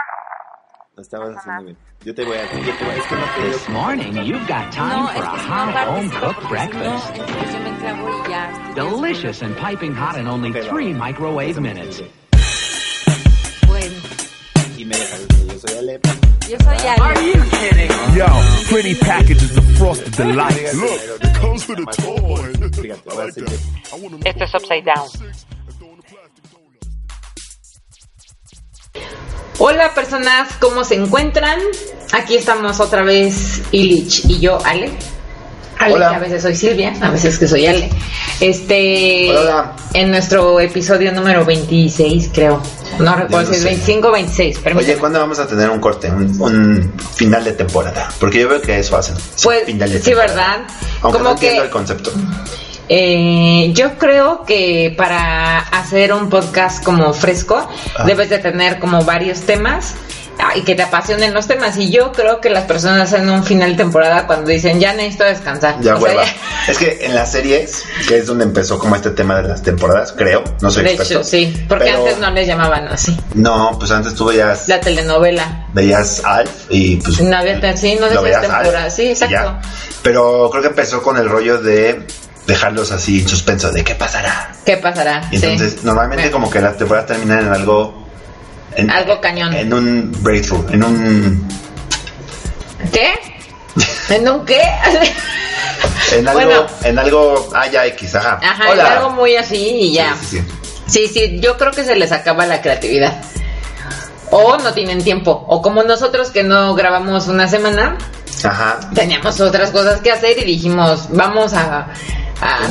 Hola. Lo estabas haciendo bien. Yo te voy a decir, yo te voy a es que no te This morning, you've got time No, for es a que si no hot participo home-cooked porque si no, breakfast. entonces yo me clavo y ya. estoy Delicious and piping hot in only Pero- three microwave minutes. desesperada. Bueno, Y me dejaron, yo soy Alepa. yo soy Ale. Yo, pretty packages of frosted delight. Look, it comes with a toy. Fíjate, voy a decir que Esto es Upside Down. Hola personas, ¿cómo se encuentran? Aquí estamos otra vez Ilich y yo, Ale. Ale, Hola. que a veces soy Silvia, a veces que soy Ale. Este, Hola, hola. en nuestro episodio número 26, creo. No recuerdo si no es sé. 25 o 26, Oye, permíteme. ¿cuándo vamos a tener un corte? Un, un final de temporada. Porque yo veo que eso hacen. sí, Pues, final de sí, temporada. ¿verdad? Aunque Como no que- entiendo Mm. el concepto. Eh, yo creo que para hacer un podcast como fresco Ah. debes de tener como varios temas ah, y que te apasionen los temas. Y yo creo que las personas hacen un final de temporada cuando dicen ya necesito descansar. Ya O sea, hueva. ya- Es que en las series, que es donde empezó como este tema de las temporadas, creo. No soy de experto. hecho, sí, porque pero- antes no les llamaban así. No, pues antes tú veías, La telenovela. veías Alf y pues. No había- sí, no lo decías veías Alf temporada, sí, y exacto. ya. Pero creo que empezó con el rollo de dejarlos así en suspenso de qué pasará. ¿Qué pasará? Y entonces, Sí. normalmente Me- como que las temporadas terminan en algo... en- Algo cañón. En un breakthrough, en un... ¿Qué? ¿En un qué? En algo... Bueno. En algo... Ah, ya, X, ajá. Ajá, Hola. algo muy así y ya. Sí, sí, sí. Sí, sí, yo creo que se les acaba la creatividad. O no tienen tiempo. O como nosotros que no grabamos una semana, Ajá. teníamos otras cosas que hacer y dijimos, vamos a... a-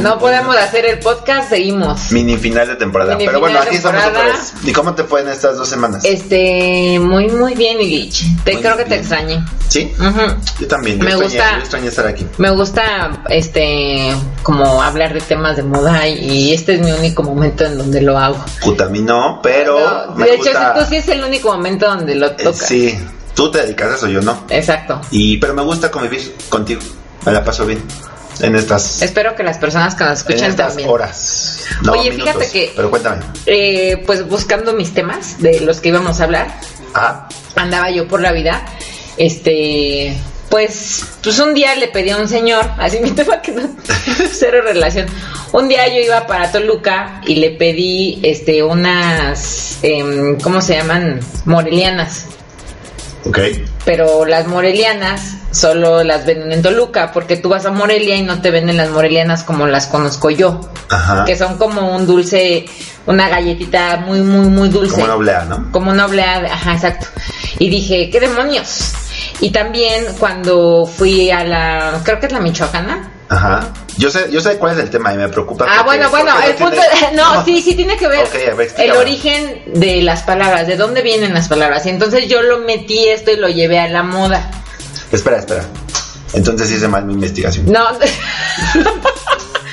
no podemos hacer el podcast, seguimos. Mini final de temporada. Mini Pero bueno, final de aquí estamos otra temporada. vez. ¿Y cómo te fue en estas dos semanas? Este, muy, muy bien, Ilich. Te Muy creo que te bien. extrañé. ¿Sí? Ujú. Yo también. Yo Mm. Me extrañé, gusta. Yo extrañé estar aquí. Me gusta, este, como hablar de temas de moda y este es mi único momento en donde lo hago. Puta, a mí no, pero... No, me de hecho, gusta... tú sí es el único momento donde lo Eh, tocas. sí. Tú te dedicas a eso, yo no. Exacto. Y... Pero me gusta convivir contigo. Me la paso bien. En estas... Espero que las personas que nos en escuchan estas también. horas. No, Oye, minutos. fíjate que- Pero cuéntame. Eh, pues buscando mis temas de los que íbamos a hablar, Ah, andaba yo por la vida. Este, pues, pues un día le pedí a un señor, así mi tema que no, cero relación. Un día yo iba para Toluca y le pedí, este, unas, em, ¿cómo se llaman? Morelianas. ok. Pero las morelianas solo las venden en Toluca, porque tú vas a Morelia y no te venden las morelianas como las conozco yo. Ajá. que son como un dulce, una galletita muy, muy, muy dulce. Como una oblea, ¿no? Como una oblea, de- ajá, exacto. Y dije, ¿qué demonios? Y también cuando fui a la, creo que es la Michoacana. Ajá. Yo sé, yo sé cuál es el tema y me preocupa. Ah, porque- bueno, bueno, porque el no punto, tiene- no, sí, sí tiene que ver, Ok, a ver, el explícame. origen de las palabras, de dónde vienen las palabras. Y entonces yo lo metí esto y lo llevé a la moda. Espera, espera. Entonces hice mal mi investigación. No,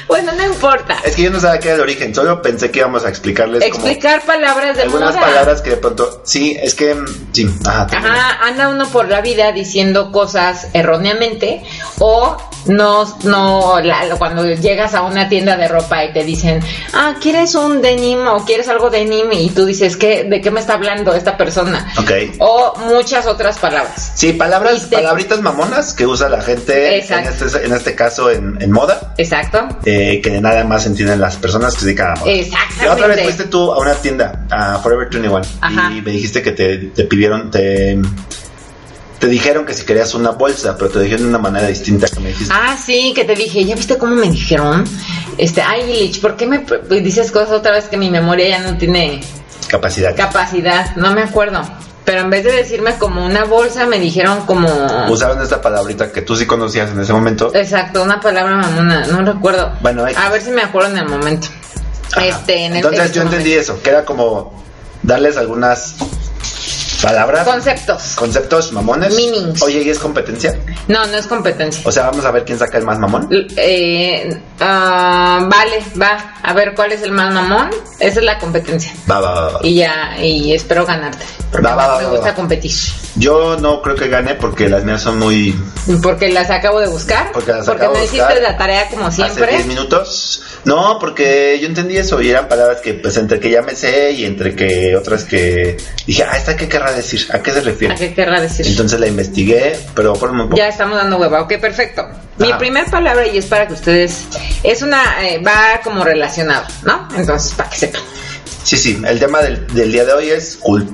bueno, no importa. Es que yo no sabía qué era el origen, solo pensé que íbamos a explicarles como Explicar palabras de algunas moda. palabras que de pronto. Sí, es que. mm, Sí, ajá. termina. Ajá, anda uno por la vida diciendo cosas erróneamente o no, no, la- cuando llegas a una tienda de ropa y te dicen, ah, ¿quieres un denim o quieres algo denim? Y tú dices, ¿Qué, ¿de qué me está hablando esta persona? Ok. O muchas otras palabras. Sí, palabras, Y te- palabritas mamonas que usa la gente en Exacto. este, en este caso en, en moda, Exacto. eh, que nada más entienden las personas que se dedican a la moda. Exactamente. La otra vez fuiste tú a una tienda, a Forever 21, Ajá. y me dijiste que te, te pidieron, te, te dijeron que si querías una bolsa, pero te dijeron de una manera distinta que me dijiste. Ah, sí, que te dije, ¿ya viste cómo me dijeron? Este, ay, Lich, ¿por qué me p- dices cosas otra vez que mi memoria ya no tiene Capacidad. capacidad, no me acuerdo. Pero en vez de decirme como una bolsa, me dijeron como... Usaron esta palabrita que tú sí conocías en ese momento. Exacto, una palabra mamona, no recuerdo. Bueno, X. a ver si me acuerdo en el momento. Ajá. Este, en el, Entonces en ese yo entendí momento. eso, que era como darles algunas palabras, Conceptos. conceptos mamones. Meanings. Oye, ¿y es competencia? No, no es competencia. O sea, vamos a ver quién saca el más mamón. L- eh, ah, vale, va. A ver cuál es el más mamón. Esa es la competencia. Va, va, va, va. Y ya, y espero ganarte. Porque Va, va, además va, me va, gusta va. competir. Yo no creo que gane porque las mías son muy... Porque las acabo de buscar. Porque las acabo no de hiciste buscar. la tarea como Hace 10 siempre. minutos. No, porque yo entendí eso y eran palabras que, pues, entre que ya me sé y entre que otras que dije, ah, ¿esta qué querrá decir? ¿A qué se ¿A refiere? qué querrá decir? Entonces la investigué, pero fueron muy Ya pocas. estamos dando hueva, ok, perfecto. Mi Ajá. primer palabra, y es para que ustedes, es una, eh, va como relacionado, ¿no? Entonces, para que sepan. Sí, sí, el tema del, del día de hoy es cul-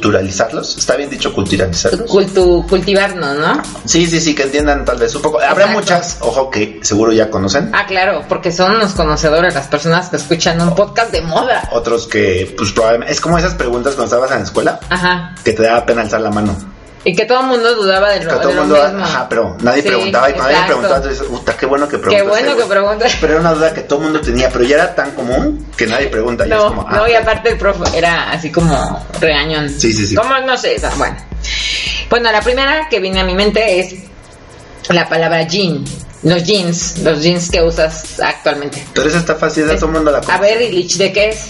culturalizarlos. ¿Está bien dicho culturalizarlos? Cultu- cultivarnos, ¿no? Sí, sí, sí, que entiendan tal vez un poco. Habrá Exacto. muchas, ojo, que seguro ya conocen. Ah, claro, porque son unos conocedores las personas que escuchan un podcast de moda. Otros que, pues, probablemente... Es como esas preguntas cuando estabas en la escuela Ajá. que te daba pena alzar la mano. Y que todo el mundo dudaba de Que lo, todo de el lo mundo... mismo. Ajá, pero nadie Sí, preguntaba y cuando alguien exacto. preguntaba, tú dices, puta, qué bueno que Qué preguntaste. bueno que güey". preguntas. Pero era una duda que todo el mundo tenía, pero ya era tan común que nadie pregunta. ya es No, como, ah, no, y aparte el profe era así como regañón. Sí, sí, sí. ¿Cómo no sé? esa? Bueno. Bueno, la primera que viene a mi mente es la palabra jean. Los jeans, los jeans que usas actualmente. Pero esa está fácil, esa todo el mundo la A conoce. ver, ¿y Lich de qué es?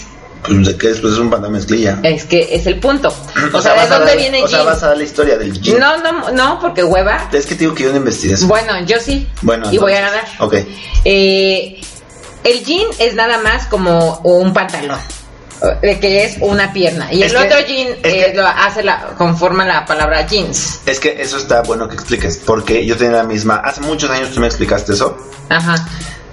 Pues, ¿de qué es? Pues es un pantalón mezclilla. Es que es el punto. Eh, O, sea, vas ¿de a dónde dar- viene O sea, jean? vas a dar la historia del jean. No, no, no, porque hueva. Es que te digo que yo no investigué eso. Bueno, yo sí. Bueno, y voy a ganar. entonces, ok. Eh, el jean es nada más como un pantalón. De que es una pierna. Y Es el que- otro jean es eh, que- lo hace la, conforma la palabra jeans. Es que eso está bueno que expliques, porque yo tenía la misma. Hace muchos años tú me explicaste eso, Ajá.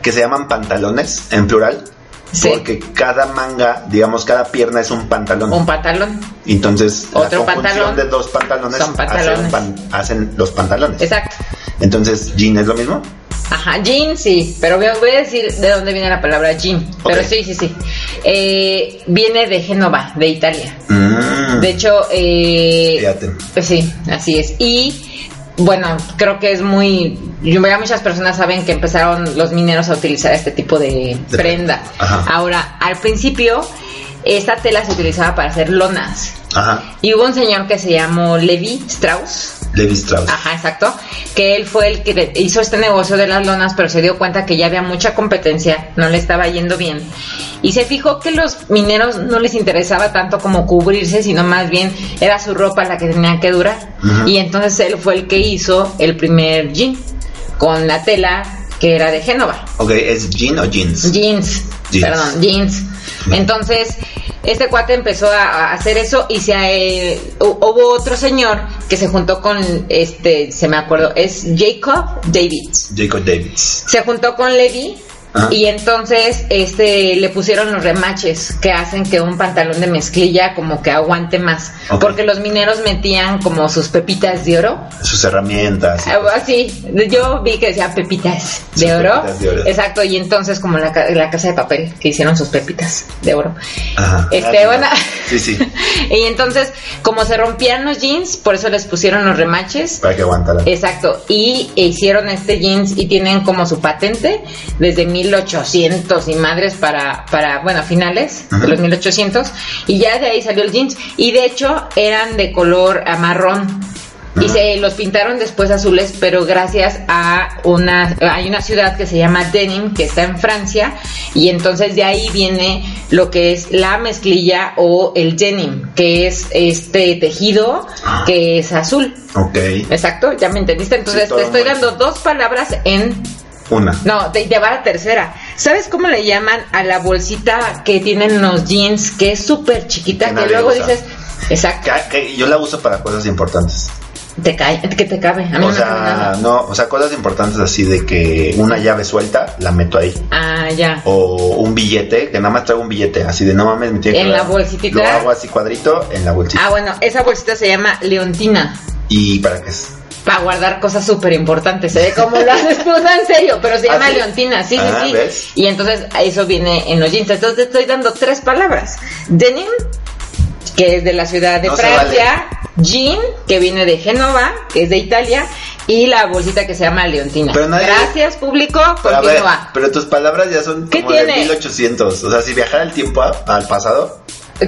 que se llaman pantalones en plural, Sí. porque cada manga, digamos, cada pierna es un pantalón. Un pantalón. Entonces, Otro la conjunción pantalón. de dos pantalones, Son pantalones. Hacen, pan- hacen los pantalones. Exacto. Entonces, jean es lo mismo. Ajá, jean sí, pero voy a voy a decir de dónde viene la palabra jean. Pero Ok. sí, sí, sí. Eh, viene de Génova, de Italia. Mm, De hecho, eh, Fíjate. Pues Sí, así es. Y bueno, creo que es muy. yo- ya muchas personas saben que empezaron los mineros a utilizar este tipo de, De- prenda. Ajá. Ahora, al principio, esta tela se utilizaba para hacer lonas. Ajá. Y hubo un señor que se llamó Levi Strauss, Levi Strauss. ajá, exacto, que él fue el que de- hizo este negocio de las lonas, pero se dio cuenta que ya había mucha competencia, no le estaba yendo bien. Y se fijó que los mineros no les interesaba tanto como cubrirse, sino más bien era su ropa la que tenía que durar. Ujú. Y entonces él fue el que hizo el primer jean con la tela que era de Génova. Ok, ¿es jean o jeans? Jeans, Jeans. perdón, jeans. Entonces, este cuate empezó a, a hacer eso y se, eh, hu- hubo otro señor que se juntó con, este, se me acuerdo, es Jacob Davids. Jacob Davids. Se juntó con Levi Ajá. y entonces este le pusieron los remaches que hacen que un pantalón de mezclilla como que aguante más. Ok. Porque los mineros metían como sus pepitas de oro. Sus herramientas. Algo así. Ah, Yo vi que decía pepitas de, Sí, oro. pepitas de oro. Exacto, y entonces como la, ca- la casa de papel que hicieron sus pepitas de oro. Ajá. Este, bueno. Ah, Sí, sí. y entonces, como se rompían los jeans, por eso les pusieron los remaches. Para que aguantara. Eh. Exacto, y hicieron este jeans y tienen como su patente desde 1800 y madres para, para bueno, finales Ajá. de los 1800 y ya de ahí salió el jeans y de hecho eran de color a marrón y Ajá. se los pintaron después azules, pero gracias a una hay una ciudad que se llama Denim que está en Francia y entonces de ahí viene lo que es la mezclilla o el denim, que es este tejido Ah. que es azul. Ok. Exacto, ya me entendiste. Entonces Sí, todo te estoy muy- dando dos palabras en. Una. No, te, te va la tercera. ¿Sabes cómo le llaman a la bolsita que tienen los jeans? Que es súper chiquita, Que que, nadie luego usa. dices. Exacto, Ca- que yo la uso para cosas importantes. te cae, que te cabe. A mí no O me cabe sea, nada. no, o sea, cosas importantes así de que una llave suelta la meto ahí. Ah, ya. O un billete, que nada más traigo un billete, así de no mames, me tiene que En la dar- bolsitita. Lo hago así cuadrito en la bolsita. Ah, bueno, esa bolsita se llama Leontina. ¿Y para qué es? Para guardar cosas súper importantes. Se ve como lo haces tú, no, en serio. Pero se ¿Ah, llama sí? Leontina, sí, Ah, sí, sí. ¿ves? Y entonces eso viene en los jeans. Entonces te estoy dando tres palabras: denim, que es de la ciudad de No se Francia, jean, que viene de Génova, que es de Italia, y la bolsita que se llama Leontina. Pero nadie- Gracias, público. Pero a ver, Continúa. pero tus palabras ya son ¿Qué como de tiene? 1800. O sea, si viajara el tiempo a- al pasado,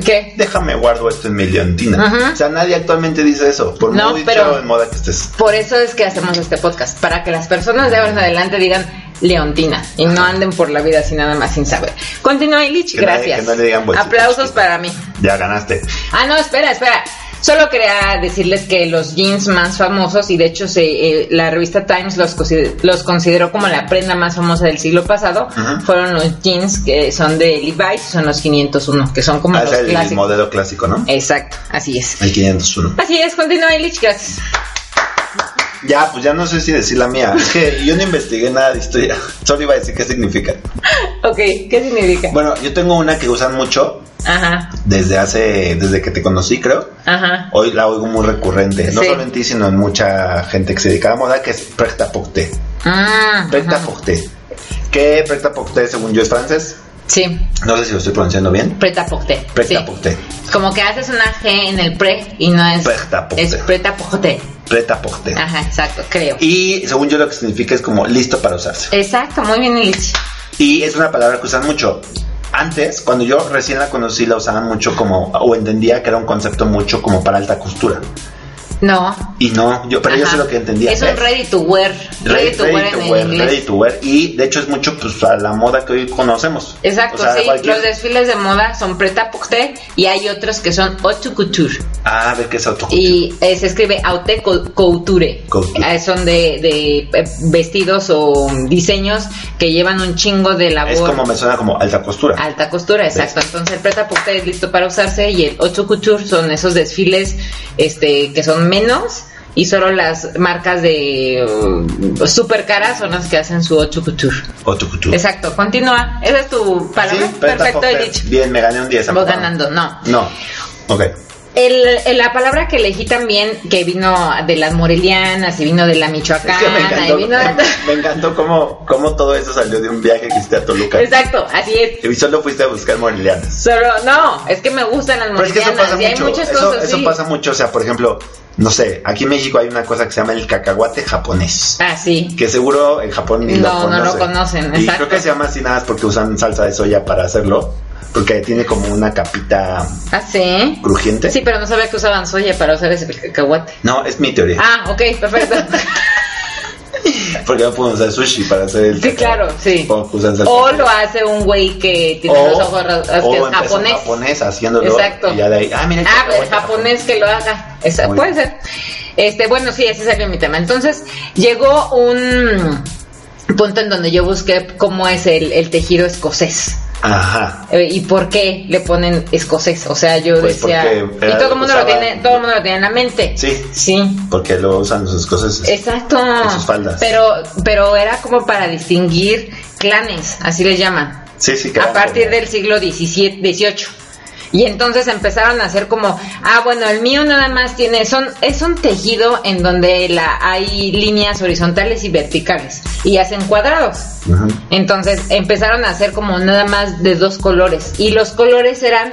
¿Qué? déjame guardo esto en mi leontina. Ajá. O sea, nadie actualmente dice eso, por No, muy pero- pero... en moda que estés. Por eso es que hacemos este podcast, para que las personas de ahora en adelante digan leontina y no anden por la vida así nada más sin saber. Continúa, Illich, Que nadie- gracias. que no le digan bolsita Aplausos chiquita. para mí. Ya ganaste. Ah, no, espera, espera. Solo quería decirles que los jeans más famosos, y de hecho se, eh, la revista Times los, consi- los consideró como la prenda más famosa del siglo pasado, Ujú. fueron los jeans que son de Levi's, son los 501, que son como Ah, los es el clásicos. Eh. modelo clásico, ¿no? Exacto, así es. El 501. Así es, continúa, Illich, gracias. Ya, pues ya no sé si decir la mía. Es que yo no investigué nada de historia. Solo iba a decir qué significa. Ok, ¿qué significa? Bueno, yo tengo una que usan mucho Ajá, desde hace, desde que te conocí, creo. ajá. Hoy la oigo muy recurrente, no Sí. solo en ti, sino en mucha gente que se dedica a la moda, que es Preta Porte. Ah, Preta ajá. Porte. Que Preta Porte, según yo, es francés. Sí, No sé si lo estoy pronunciando bien. preta porter. Preta sí. Porte. Como que haces una G en el pre y no es. Preta porter. Es preta porter. Preta Porte. Ajá, exacto, creo. Y según yo, lo que significa es como listo para usarse. Exacto, muy bien, Illich. Y es una palabra que usan mucho. Antes, cuando yo recién la conocí, la usaban mucho como, o entendía que era un concepto mucho como para alta costura. No. Y no, yo, pero yo Ajá. sé lo que entendía. Es un ¿ves? ready to wear. Ready, to wear en wear, inglés. ready to wear. Y de hecho es mucho pues, a la moda que hoy conocemos. Exacto, O sea, sí. cualquier- Los desfiles de moda son preta porter y hay otros que son haute couture. Ah, a ver qué es auto. Y eh, se escribe haute co- couture. Couture. Eh, son de, de, eh, vestidos o diseños que llevan un chingo de labor. Es como me suena como alta costura. Alta costura, exacto. Entonces el preta porter es listo para usarse y el haute couture son esos desfiles este que son menos y solo las marcas de eh, super caras son las que hacen su haute couture. Auto couture. Exacto, continúa. Esa es tu Sí, palabra. pero está Perfecto, fuerte. he dicho. Bien, me gané un 10. Voy Amparo. ganando, no. No. Ok. El, el- la palabra que elegí también, que vino de las morelianas y vino de la Es michoacana que me encantó, y vino de- me encantó cómo, cómo todo eso salió de un viaje que hiciste a Toluca. Exacto, así es. Y solo fuiste a buscar morelianas. Solo, no, es que me gustan las Pero es que morelianas eso pasa y hay mucho. muchas eso, cosas. eso sí. pasa mucho. O sea, por ejemplo, no sé, aquí en México hay una cosa que se llama el cacahuate japonés. Ah, sí. Que seguro en Japón ni No, lo no conocen. lo conocen, Y exacto. creo que se llama así nada más porque usan salsa de soya para hacerlo. Porque tiene como una capita Ah, sí. crujiente. Sí, pero no sabía que usaban soya para usar ese cacahuate. No, es mi teoría. Ah, ok, perfecto. Porque no pueden usar sushi para hacer el. Ah. Sí, claro, sí. O, usan salsa O de lo soya. hace un güey que tiene O- los ojos ra- o que es empezó japonés. japonés haciéndolo. Exacto. Y ya de ahí. Ah, mira. el Ah, cacahuate el japonés que lo haga. Esa- Muy puede bien. ser. Este, bueno, sí, ese salió mi tema. Entonces, llegó un punto en donde yo busqué cómo es el, el tejido escocés. Ajá. Eh, y por qué le ponen escocés. O sea, yo Pues decía. porque Y era- todo el mundo lo usaban- tiene, todo el mundo lo tiene en la mente. Sí. Sí. Porque lo usan los escoceses. Exacto. sus faldas. Pero, pero era como para distinguir clanes, así les llaman. Sí, sí, claro. a partir del siglo XVII, XVIII. Y entonces empezaron a hacer como, ah, bueno, el mío nada más tiene, son, es un tejido en donde la, hay líneas horizontales y verticales y hacen cuadrados. Ujú. Entonces empezaron a hacer como nada más de dos colores. Y los colores eran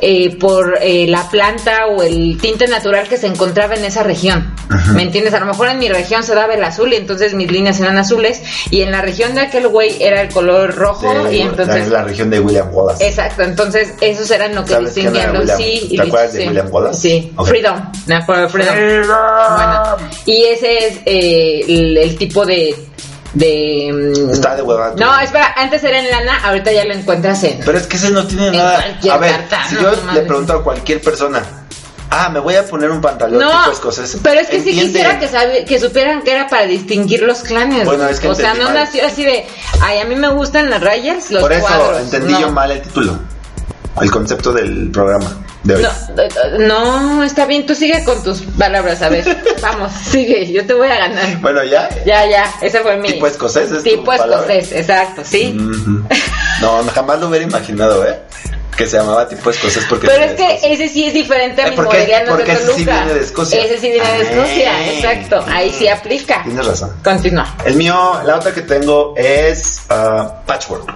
eh, por eh, la planta o el tinte natural que se encontraba en esa región. Ajá. ¿Me entiendes? A lo mejor en mi región se daba el azul y entonces mis líneas eran azules. Y en la región de aquel güey era el color rojo. De- y entonces. Eh, Es la región de William Wallace. Exacto, entonces esos eran lo que ¿Sabes quién era distinguían los William? sí. y ¿Te acuerdas los de sí. William Wallace? Sí, Ok. Freedom. Me acuerdo de Freedom. Bueno, y ese es eh, el, el tipo de. de mm, Está de hueva. no, espera, antes era en lana, ahorita ya lo encuentras en. Pero es que ese no tiene En nada. cualquier A ver, carta, si no yo mames. le pregunto a cualquier persona, ah, me voy a poner un pantalón no, tipo escocés. pero es que sí Entiende. quisiera que, sabe- que supieran que era para distinguir los clanes. Bueno, es que o sea, entendí no mal. nació así de, ay, a mí me gustan las rayas, los Por eso cuadros. entendí No. yo mal el título, el concepto del programa de hoy. No, eh, eh, no, está bien, tú sigue con tus palabras, a ver. Vamos, sigue, yo te voy a ganar. Bueno, ya. Ya, ya, ese fue mi. Tipo escocés es tu Tipo palabra. Mm, escocés, exacto, sí. Ujú. No, jamás lo hubiera imaginado, ¿eh? Que se llamaba tipo escocés porque. Pero es era de que Escocia. ese sí es diferente a Eh, mis porque- morelianos de porque ese sí Toluca. viene de Escocia. Ese sí viene de Ah, mm. Escocia, exacto. Ahí sí aplica. Tienes razón. Continúa. El mío, la otra que tengo es ah, patchwork.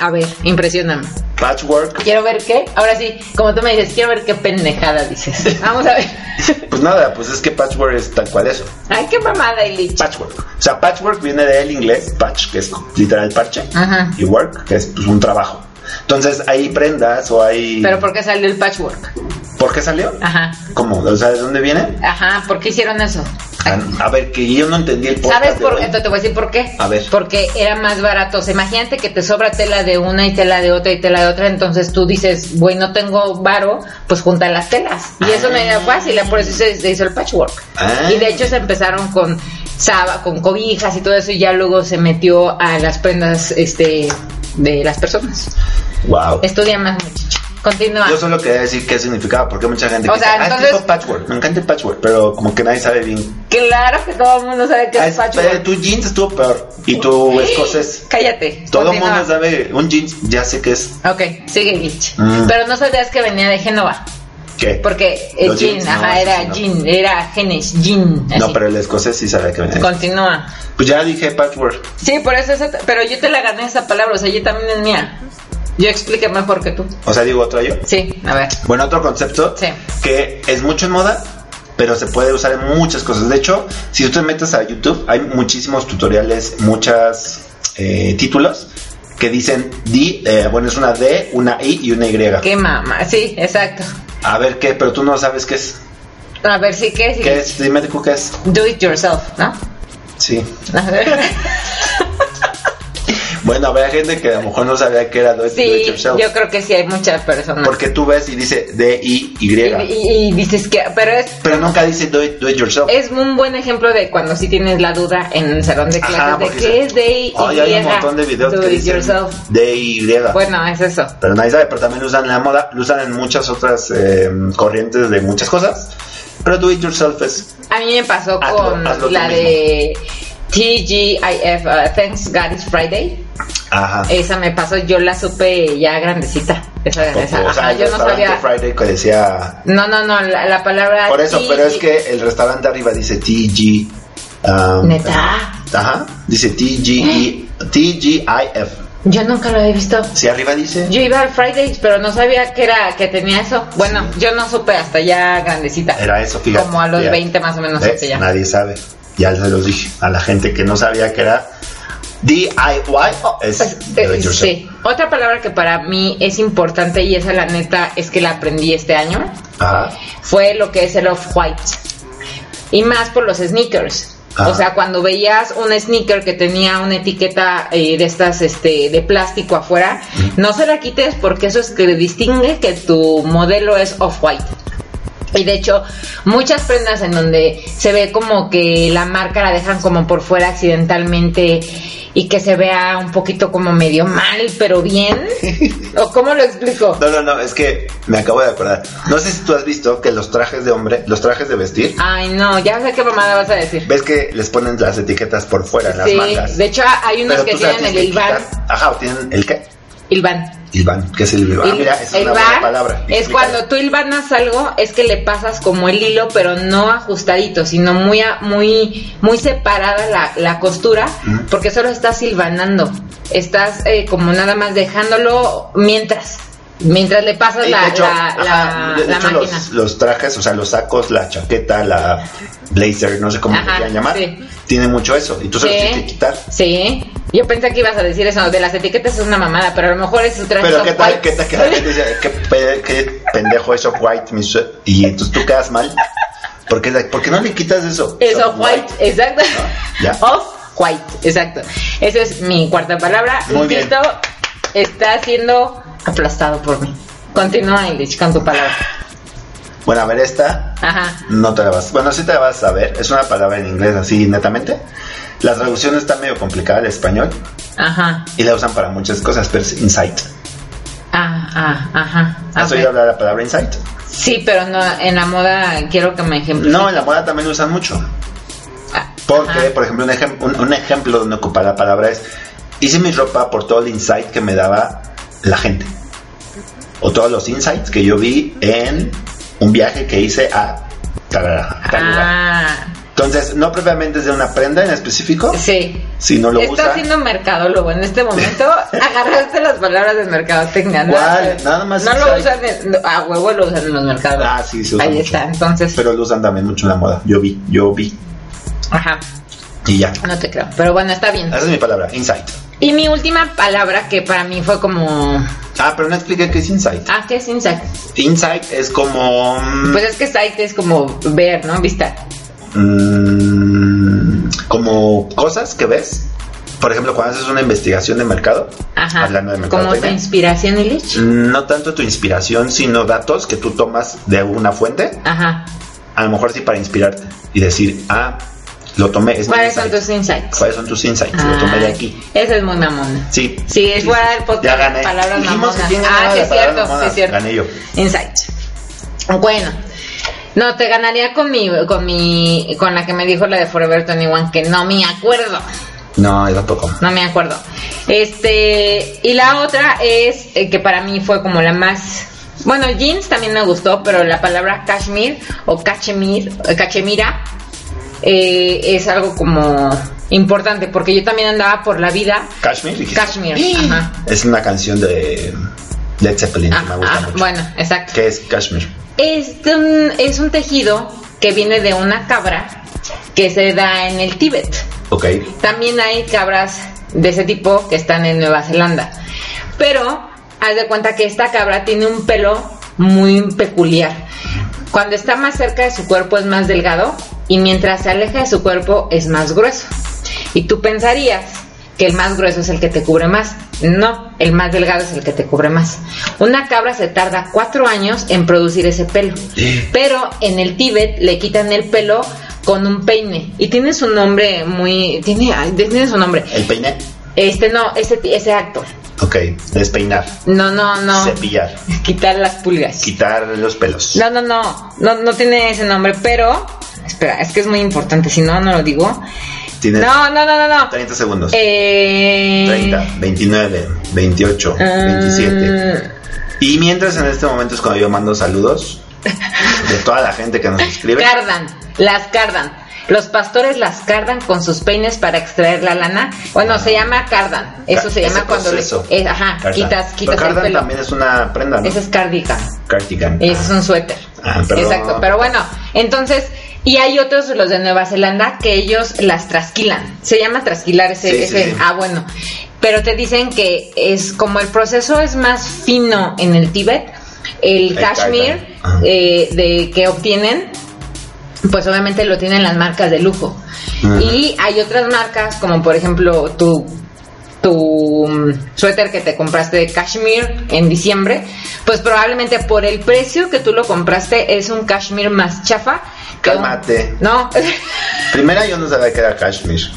A ver, impresióname. Patchwork. Quiero ver qué. Ahora sí, como tú me dices, quiero ver qué pendejada dices. Vamos a ver. Pues nada, pues es que patchwork es tal cual eso. Ay, qué mamada, Ilich. patchwork. O sea, patchwork viene del inglés patch, que es literal parche, Ajá. y work, que es pues, un trabajo. Entonces hay prendas o hay... Pero ¿por qué salió el patchwork? ¿Por qué salió? Ajá. ¿Cómo? O sea, ¿de dónde viene? Ajá, ¿por qué hicieron eso? A, a ver, que yo no entendí el podcast ¿Sabes de por hoy. qué? Entonces te voy a decir por qué. A ver. Porque era más barato. O sea, imagínate que te sobra tela de una y tela de otra y tela de otra. Entonces tú dices, güey, no tengo varo, pues junta las telas. Y eso no era fácil, por eso se, se hizo el patchwork. Ah. Y de hecho se empezaron con saba- con cobijas y todo eso y ya luego se metió a las prendas este de las personas. Wow. Estudia más muchacho. Continúa. Yo solo quería decir qué significaba, porque mucha gente O que sea, dice, ah, es entonces- tipo patchwork, me encanta el patchwork, pero como que nadie sabe bien. Claro que todo el mundo sabe que Ah, es patchwork. tu jeans estuvo peor, y tu escocés. Cállate. Todo el continúa. mundo sabe, un jeans ya sé que es, Ok, sigue Gitch. Mm. Pero no sabías que venía de Génova. ¿qué? Porque eh, Los Jean, jeans, no, ajá, eso era sí, no. Jean, era Genes, Jean. No, así. pero el escocés sí sabe que venía. Continúa. Pues ya dije patchwork. Sí, por eso, esa- pero yo te la gané esa palabra, o sea, yo también es mía. Yo expliqué mejor que tú. O sea, digo otro yo. Sí, a ver. Bueno, otro concepto Sí. que es mucho en moda, pero se puede usar en muchas cosas. De hecho, si tú te metes a YouTube, hay muchísimos tutoriales, muchos títulos que dicen D, eh, bueno, es una D, una I y una Y. Qué mamá, sí, exacto. A ver qué, pero tú no sabes qué es. A ver, sí, ¿qué es? ¿Qué es? Dime tú qué es. Do it yourself, ¿no? Sí. A ver. Bueno, habrá gente que a lo mejor no sabía qué era Do It, Do It sí, Yourself. yo creo que sí hay muchas personas. Porque tú ves y dice D, I, Y. Y, y- y dices que, pero es Pero nunca dice Do It, do it Yourself. Es un buen ejemplo de cuando sí tienes la duda en el salón de Ajá, clases de porque qué dice- es de y Ay, hay un griega, montón de videos do que it dicen yourself. de Y. Bueno, es eso. Pero nadie sabe, pero también lo usan en la moda, lo usan en muchas otras eh, corrientes de muchas cosas. Pero do it yourself es. A mí me pasó Hazlo- con hazlo tú la de TGIF, uh, Thanks God It's Friday. Ajá. Esa me pasó, yo la supe ya grandecita. Eh, Esa, Como, esa. o sea, Ajá, el yo no restaurante sabía. Friday que decía. No, no, no, la, la palabra. Por eso, TG. pero es que el restaurante arriba dice TG. um, Neta, Ajá. Dice E, TGI, TGIF. yo nunca lo había visto. Si arriba dice. Yo iba al Fridays, pero no sabía que era que tenía eso. Bueno, yo no supe hasta ya grandecita. Era eso, fíjate. Como a los fíjate. 20 más o menos, ¿Ves? así ya. Nadie sabe. Ya se los dije a la gente que no sabía que era DIY. Pues, es eh, do it yourself. sí. Otra palabra que para mí es importante y esa la neta es que la aprendí este año Ajá. fue lo que es el off-white. Y más por los sneakers. Ah. O sea, cuando veías un sneaker que tenía una etiqueta eh, de estas este, de plástico afuera, Mm. no se la quites porque eso es que distingue que tu modelo es off-white. Y de hecho, muchas prendas en donde se ve como que la marca la dejan como por fuera accidentalmente y que se vea un poquito como medio mal, pero bien. ¿O cómo lo explico? No, no, no, es que me acabo de acordar. No sé si tú has visto que los trajes de hombre, los trajes de vestir, Ay, no, ya sé qué mamada vas a decir. ves que les ponen las etiquetas por fuera, en las Sí, mangas. de hecho ah, hay unos Pero que tú sabes, tienen el tienes que Ilvan. quitar- Ajá, tienen el qué? Ilvan. Ilvan, ¿qué es el Ilvan? Ah, Il- mira, es una Ilvan buena palabra. es Explícalo. cuando tú ilvanas algo, es que le pasas como el hilo, pero no ajustadito, sino muy a- muy muy separada la, la costura, Ujú. porque solo estás ilvanando. Estás eh, como nada más dejándolo mientras mientras le pasas Y la, de hecho, la- la- ajá, de- de la hecho, máquina. los, los trajes, o sea, los sacos, la chaqueta, la blazer, no sé cómo Ajá, le quieran llamar, sí. tiene mucho eso. Y tú se los Sí. tienes que quitar. Sí. Yo pensé que ibas a decir eso, de las etiquetas es una mamada, pero a lo mejor es un traje Pero qué tal, off-white. qué tal que la gente dice, qué, pe- qué pendejo es off-white, mi sue-". y entonces tú quedas mal. Porque, ¿Por qué no le quitas eso? Es off-white, exacto. ya. Off-white, exacto. Esa es mi cuarta palabra. Muy bien. Insisto, está siendo aplastado por mí. Continúa, English, con tu palabra. Bueno, a ver, esta Ajá. no te la vas. Bueno, sí te la vas a saber. Es una palabra en inglés así, netamente. La traducción está medio complicada al español Ajá. y la usan para muchas cosas, pero es insight. Ah, ah, ajá. A ¿Has ver. oído hablar de la palabra insight? Sí, pero no, en la moda quiero que me ejemplifiques. No, en la moda también lo usan mucho. Ah, Porque, ajá. por ejemplo, un, ejem- un, un ejemplo donde ocupar la palabra es: hice mi ropa por todo el insight que me daba la gente. O todos los insights que yo vi en un viaje que hice a tal, tal lugar. Ah, Entonces, no propiamente es de una prenda en específico, sí. sino lo Estás usa. siendo mercadólogo en este momento. agarraste las palabras de mercadotecnia. ¿no? ¿Cuál? Nada más No lo insight. usan en- no, a huevo lo usan en los mercados. Ah, sí, se usa Ahí mucho. está, entonces. Pero lo usan también mucho en la moda. Yo vi, yo vi. Ajá, Y ya. no te creo. Pero bueno, está bien. Esa es mi palabra, insight. Y mi última palabra que para mí fue como Ah, pero no expliqué qué es insight. Ah, ¿qué es insight? Mm. Insight es como. mm, Pues es que sight es como ver, ¿no? Vista. mm, como cosas que ves. Por ejemplo, cuando haces una investigación de mercado, Ajá. hablando de Como tu mercadotecnia, inspiración y leche. no tanto tu inspiración, sino datos que tú tomas de una fuente, Ajá. a lo mejor sí para inspirarte y decir, ah, lo tomé. Es mi ¿Cuáles son insight. tus insights? ¿Cuáles son tus insights? Lo tomé de Ay, aquí. Esa Ah, es muy mamona. Sí. Sí, es fuera del podcast. Ya gané. Palabras Dijimos que mamonas. quién ganaba Ah, sí la es palabra cierto, sí mamona. es cierto. Gané yo. Insights. Bueno. No, te ganaría con mi, con mi, con la que me dijo la de Forever 21, que no me acuerdo, No, yo tampoco. no me acuerdo. Este, y la otra es, eh, que para mí fue como la más, bueno, jeans también me gustó, pero la palabra cashmere o cachemir, eh, cachemira, eh, es algo como importante, porque yo también andaba por la vida Kashmir, dijiste. Kashmir, ajá. Es una canción de Led Zeppelin Ah, que me gusta ah, mucho. bueno, exacto. ¿Qué es Kashmir? Es, de un, es un tejido que viene de una cabra que se da en el Tíbet. Ok. También hay cabras de ese tipo que están en Nueva Zelanda. Pero haz de cuenta que esta cabra tiene un pelo muy peculiar. Cuando está más cerca de su cuerpo es más delgado y mientras se aleja de su cuerpo es más grueso. Y tú pensarías que el más grueso es el que te cubre más. No, el más delgado es el que te cubre más. Una cabra se tarda cuatro años en producir ese pelo. Pero en el Tíbet le quitan el pelo con un peine. Y tiene su nombre muy... Tiene, ay, tiene su nombre. ¿El peine? Este no, ese, ese acto. Ok. Despeinar. No, no, no. Cepillar. Quitar las pulgas. Quitar los pelos. No, no, no, no, no tiene ese nombre, pero espera, es que es muy importante, si no, no lo digo. Tienes No, no, no, no, no. 30 segundos. Eh, 30, 29, 28, mm, 27. Y mientras en este momento es cuando yo mando saludos de toda la gente que nos escribe. Cardan, las cardan. Los pastores las cardan con sus peines para extraer la lana. Bueno, se llama cardan. Eso se Ese llama cuando le, proceso. eh, ajá, Cardan. quitas, Pero quitas el Cardan pelo. también es una prenda, ¿no? Ese es cardigan. Cardigan. Ese es un suéter. Ah, perdón. Exacto, pero bueno, entonces, y hay otros, los de Nueva Zelanda, que ellos las trasquilan. Se llama trasquilar ese, Sí, sí, ese- sí. ah, bueno. Pero te dicen que es como el proceso es más fino en el Tíbet, el El cashmere kaitan. Ajá. eh, de que obtienen, pues obviamente lo tienen las marcas de lujo. Ajá. Y hay otras marcas, como por ejemplo tu tu mm, suéter que te compraste de cashmere en diciembre, pues probablemente por el precio que tú lo compraste es un cashmere más chafa. que un- Cálmate. No, Primera yo no sabía que era Kashmir.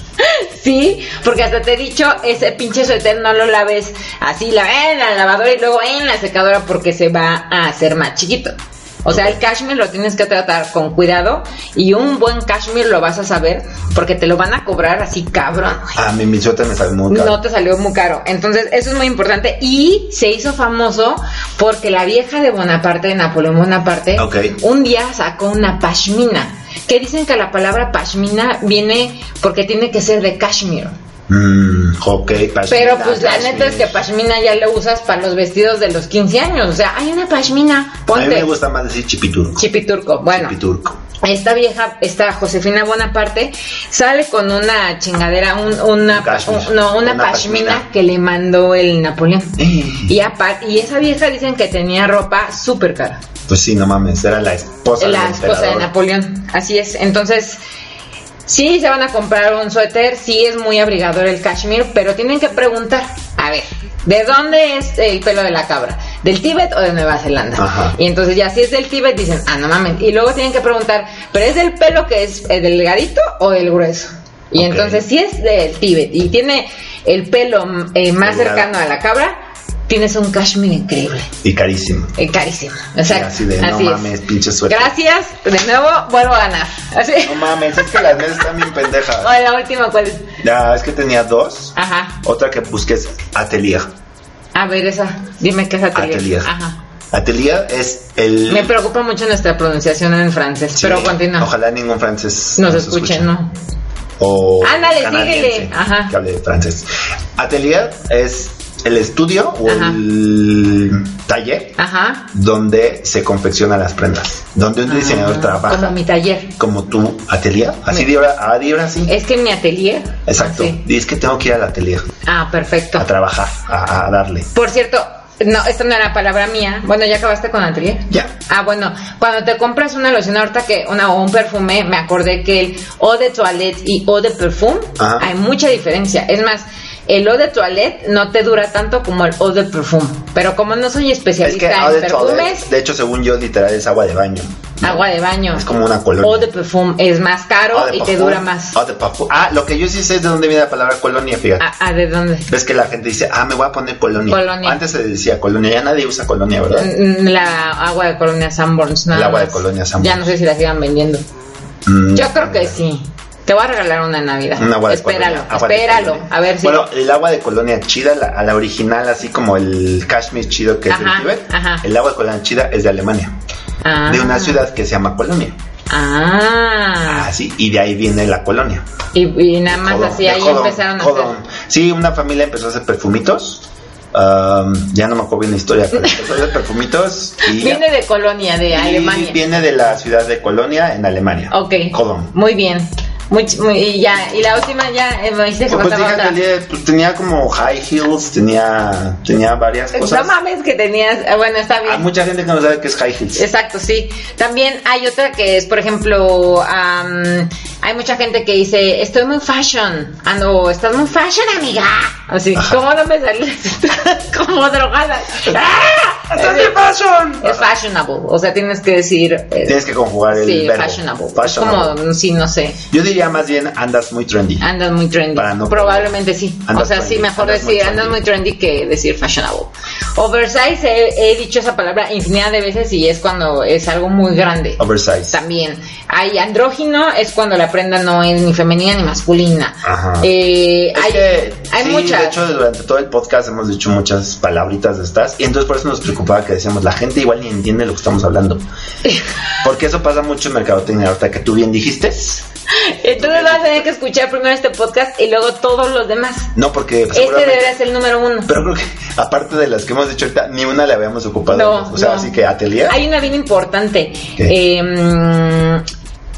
sí, porque hasta te he dicho, ese pinche suéter no lo laves así la, eh, en la lavadora y luego en la secadora porque se va a hacer más chiquito. O sea, el cashmere lo tienes que tratar con cuidado y un buen cashmere lo vas a saber porque te lo van a cobrar así cabrón. güey. A mí Ah, mi suéter me salió muy No caro. te salió muy caro. Entonces, eso es muy importante. Y se hizo famoso porque la vieja de Bonaparte, de Napoleón Bonaparte, Ok. un día sacó una pashmina. Que dicen que la palabra pashmina viene porque tiene que ser de cashmere. Mm, ok, Pashmina, Pero pues la Kashmir. neta es que pashmina ya lo usas para los vestidos de los 15 años. O sea, hay una pashmina, A mí me ponte. gusta más decir chipiturco. Chipiturco. Bueno, Chipiturco. esta vieja, esta Josefina Bonaparte, sale con una chingadera, un- una, Un cashmere. un- no, una, Una pashmina, pashmina. que le mandó el Napoleón. Eh, Y, apar- y esa vieja dicen que tenía ropa súper cara. Pues sí, no mames, era la esposa La del esposa de emperador. Napoleón. Así es. Entonces, sí se van a comprar un suéter, sí es muy abrigador el cashmere, pero tienen que preguntar, a ver, ¿de dónde es el pelo de la cabra? ¿Del Tíbet o de Nueva Zelanda? Ajá. Y entonces ya si es del Tíbet dicen, ah, no mames. Y luego tienen que preguntar, ¿pero es del pelo que es eh, delgadito o del grueso? Y Ok. entonces si es del Tíbet y tiene el pelo mm, eh, más Delgado. cercano a la cabra, tienes un cashmere increíble. Y carísimo. Eh, carísimo. Exacto. así de, no así es. mames, pinche suerte. Gracias, de nuevo vuelvo a ganar. Así. No mames, es que las mesas están bien pendejas. Oye, Ah. la última, ¿cuál es? Ya, es que tenía dos. Ajá. Otra que busqué es Atelier. A ver, esa. Dime qué es atelier. Atelier. Ajá. Atelier es el. Me preocupa mucho nuestra pronunciación en francés, Sí, pero continúa. Ojalá ningún francés Nos escuchen, ¿no? O Ándale, canadiense, síguele. Ajá. Que hable francés. Atelier es el estudio o Ajá. el taller Ajá. donde se confeccionan las prendas. Donde un diseñador Ah, trabaja Como mi taller. como tu atelier. Así de ahora, ahora, de ahora sí. Es que mi atelier. Exacto. Así. Y es que tengo que ir al atelier Ah, perfecto. a trabajar, a, a darle. Por cierto, No, esta no era palabra mía. Bueno, ya acabaste con Atelier. Ya. Ah, bueno, cuando te compras una loción ahorita que una o un perfume, me acordé que el eau de toilette y eau de perfume Ajá. hay mucha diferencia. Es más, el eau de toilette no te dura tanto como el eau de perfume. Pero como no soy Es que especialista agua en de toilette, perfumes, de hecho, según yo, literal es agua de baño. agua de baño. Es como una colonia. Eau de perfume es más caro Agua de y te perfume. dura más. Agua de perfume. Ah, lo que yo sí sé es de dónde viene la palabra colonia, fíjate. Ah, ah, ¿de dónde? Ves que la gente dice, ah, me voy a poner colonia. Colonia. Antes se decía colonia, ya nadie usa colonia, ¿verdad? Mm, La agua de Colonia Sanborns. nada El agua de más. Colonia Sanborns. Ya no sé si la sigan vendiendo. Mm, Yo creo que sí. Te voy a regalar una en Navidad. Un agua de espéralo, colonia, agua de espéralo. colonia. A ver si. Bueno, el agua de colonia chida, la, a la original, así como el cashmere chido que es de Ajá, Tíbet, ajá. el agua de colonia chida es de Alemania, Ah. de una ciudad que se llama Colonia. Ah. Así, y de ahí viene la colonia. Y, y nada más Codón, así de ahí Codón, empezaron a Codón. hacer. Sí, una familia empezó a hacer perfumitos. Um, ya no me acuerdo bien la historia, pero empezó a hacer perfumitos y ya. Viene de Colonia, de Y Alemania. viene de la ciudad de Colonia, en Alemania. Ok. Codón. Muy bien. Muy, ch- muy- y ya, y la última ya eh, me dijiste que Pues, pues, faltaba fíjate, otra. tenía, pues, tenía como high heels, tenía, tenía varias No cosas. mames que tenías. ah, Bueno, está bien. Hay mucha gente que no sabe qué es high heels. Exacto, sí. También hay otra que es, por ejemplo, am, hay mucha gente que dice, estoy muy fashion. Ah, no, estás muy fashion, amiga. Así, ¿cómo no me salí? Como drogada. ¡Ah! ¡Estás de fashion! Es fashionable, o sea, tienes que decir... eh, Tienes que conjugar el sí, verbo. fashionable. Es Fashionable. como, Ah, sí, no sé, Yo diría más bien andas muy trendy. andas muy trendy. Para no- Probablemente sí. o Andas sea, sí, trendy, mejor andas muy decir andas trendy. muy trendy que decir fashionable. Oversize, he, he dicho esa palabra infinidad de veces y es cuando es algo muy grande. Oversize. También. Hay andrógino, es cuando la prenda no es ni femenina ni masculina. Ajá. Eh, Es hay que, hay sí, muchas. De hecho, durante todo el podcast hemos dicho muchas palabritas de estas. Y entonces por eso nos preocupaba que decíamos, la gente igual ni entiende lo que estamos hablando. Porque eso pasa mucho en mercadotecnia, ahorita que tú bien dijiste. Entonces vas a tener que escuchar primero este podcast y luego todos los demás. No, porque Este seguramente- debería ser el número uno. Pero creo que, aparte de las que hemos dicho ahorita, ni una la habíamos ocupado. No, o sea, no. así que atelier. Hay una bien importante. ¿Qué? Eh, mm,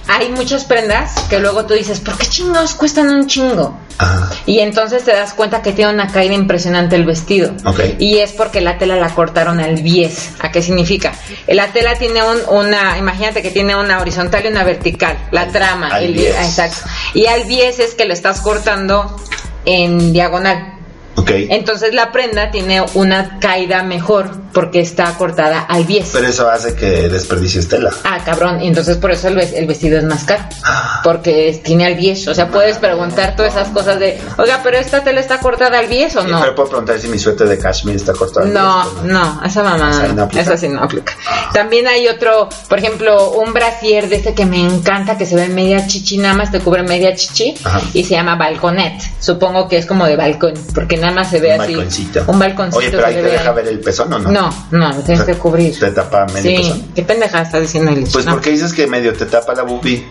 hay muchas prendas que luego tú dices, ¿por qué chingados cuestan un chingo? Ajá. Y entonces te das cuenta que tiene una caída impresionante el vestido. Ok. Y es porque la tela la cortaron al 10. ¿A qué significa? La tela tiene un- una, imagínate que tiene una horizontal y una vertical, la trama. al el 10. ah, Exacto. Y al 10 es que lo estás cortando en diagonal. Ok. Entonces la prenda tiene una caída mejor porque está cortada al 10. Pero eso hace que desperdicies tela. Ah, cabrón, y entonces por eso el, ves- el vestido es más caro. Porque es- tiene al 10. O sea, puedes preguntar todas esas cosas de, oiga, pero esta tela está cortada al 10 o Sí, no. Pero puedo preguntar si mi suéter de cashmere está cortado. al No, diez, no, esa mamá, Esa no aplica. esa sí no aplica. También hay otro, por ejemplo, un brasier de este que me encanta, que se ve media chichi, nada más te cubre media chichi, Ajá. y se llama balconet. Supongo que es como de balcón, porque nada más se ve Un así. balconcito. Un balconcito. Oye, pero que ahí se te ve deja ahí. ver el pezón o no? No, no, lo tienes Te- que cubrir. Te tapa medio sí, pezón. qué pendeja estás diciendo, Lich? Pues No. porque dices que medio te tapa la bubi.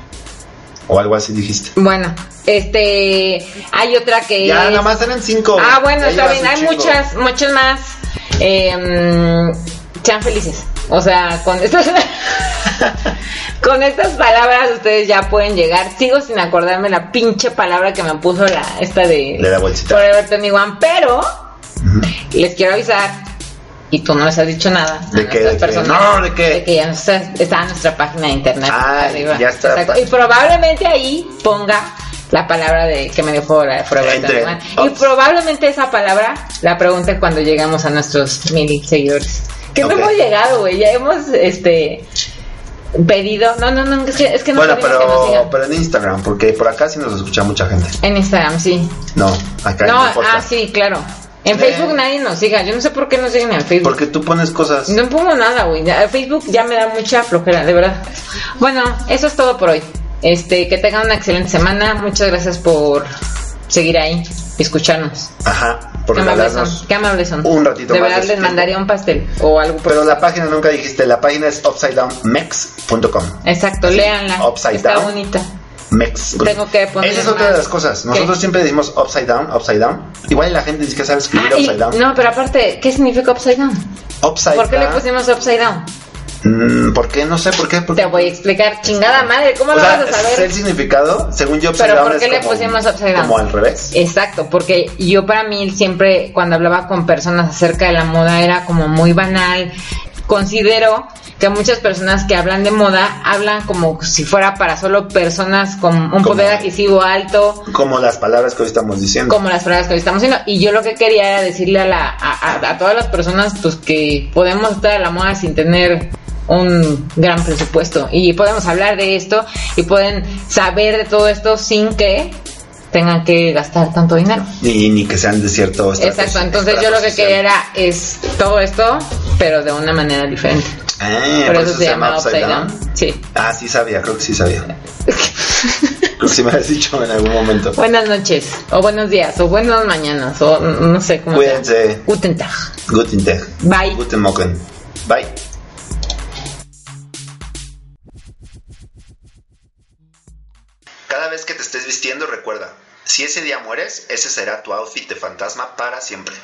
O algo así dijiste. Bueno, este, hay otra que Ya, es- nada más eran cinco. Ah, bueno, Ya está llevas bien, un hay chingo. muchas, muchas más. Eh, mm, sean felices. O sea, con estas con estas palabras ustedes ya pueden llegar. Sigo sin acordarme la pinche palabra que me puso la esta de, De la bolsita. Forever 21, pero Ujú. les quiero avisar y tú no les has dicho nada a ¿De qué? nuestras ¿De qué? personas. No, ¿de qué? que ya está, está en nuestra página de internet Ah, arriba. ya está. Exacto. Y probablemente ahí ponga la palabra de que me dejó la de Forever Entre 21. Y otros. probablemente esa palabra la pregunte cuando llegamos a nuestros mil seguidores. Que Ok. no hemos llegado, güey. Ya hemos este pedido. No, no, no, es que, es que no Bueno, pedimos que nos pero, sigan. pero en Instagram, porque por acá sí nos escucha mucha gente. En Instagram, sí. No, acá no, en el podcast. ah, sí, claro. En Eh. Facebook nadie nos siga. Yo no sé por qué nos siguen en Facebook. Porque tú pones cosas. No pongo nada, güey. Ya, Facebook ya me da mucha flojera, de verdad. Bueno, eso es todo por hoy. Este, que tengan una excelente semana. Muchas gracias por seguir ahí y escucharnos. Ajá, por Qué amables regalarnos. son. Qué amables son. un ratito De más verdad de su les tiempo. mandaría un pastel o algo por Pero la página nunca dijiste, la página es upsidedownmex.com. Exacto, léanla. upside Está down. bonita. Mex. Tengo que poner Esa es otra de más. las cosas. ¿Qué? Nosotros siempre decimos upside down, upside down. Igual la gente dice que sabe escribir Ah, y- upside down. no, pero aparte, ¿qué significa upside down? Upside ¿Por qué le down. pusimos upside down? Mm, ¿Por qué? No sé por qué. por Te qué. voy a explicar, chingada madre, ¿cómo O lo sea, vas a sé el saber? significado, según yo, upside Pero down ¿por qué es le como- pusimos upside down? Eh. Como al revés. Exacto, porque yo para mí siempre cuando hablaba con personas acerca de la moda era como muy banal. Considero que muchas personas que hablan de moda hablan como si fuera para solo personas con un Como- poder adquisitivo alto, Como las palabras que hoy estamos diciendo. como las palabras que hoy estamos haciendo. Y yo lo que quería era decirle a, la, a, a- a todas las personas pues, que podemos estar a la moda sin tener un gran presupuesto y podemos hablar de esto y pueden saber de todo esto sin que tengan que gastar tanto dinero. Ni, ni que sean de cierto estrato- Exacto, entonces yo lo que estrato quería social. era es todo esto, pero de una manera diferente. Ah, Por eso se llama Upside Down. Sí. Ah, sí sabía, creo que sí sabía. creo que sí me has dicho en algún momento. Buenas noches, o buenos días, o buenas mañanas, o n- no sé cómo. se llama. Cuídense. Guten Tag. Guten Tag. Bye. Guten Morgen. Bye. Cada vez que te estés vistiendo, recuerda, si ese día mueres, ese será tu outfit de fantasma para siempre.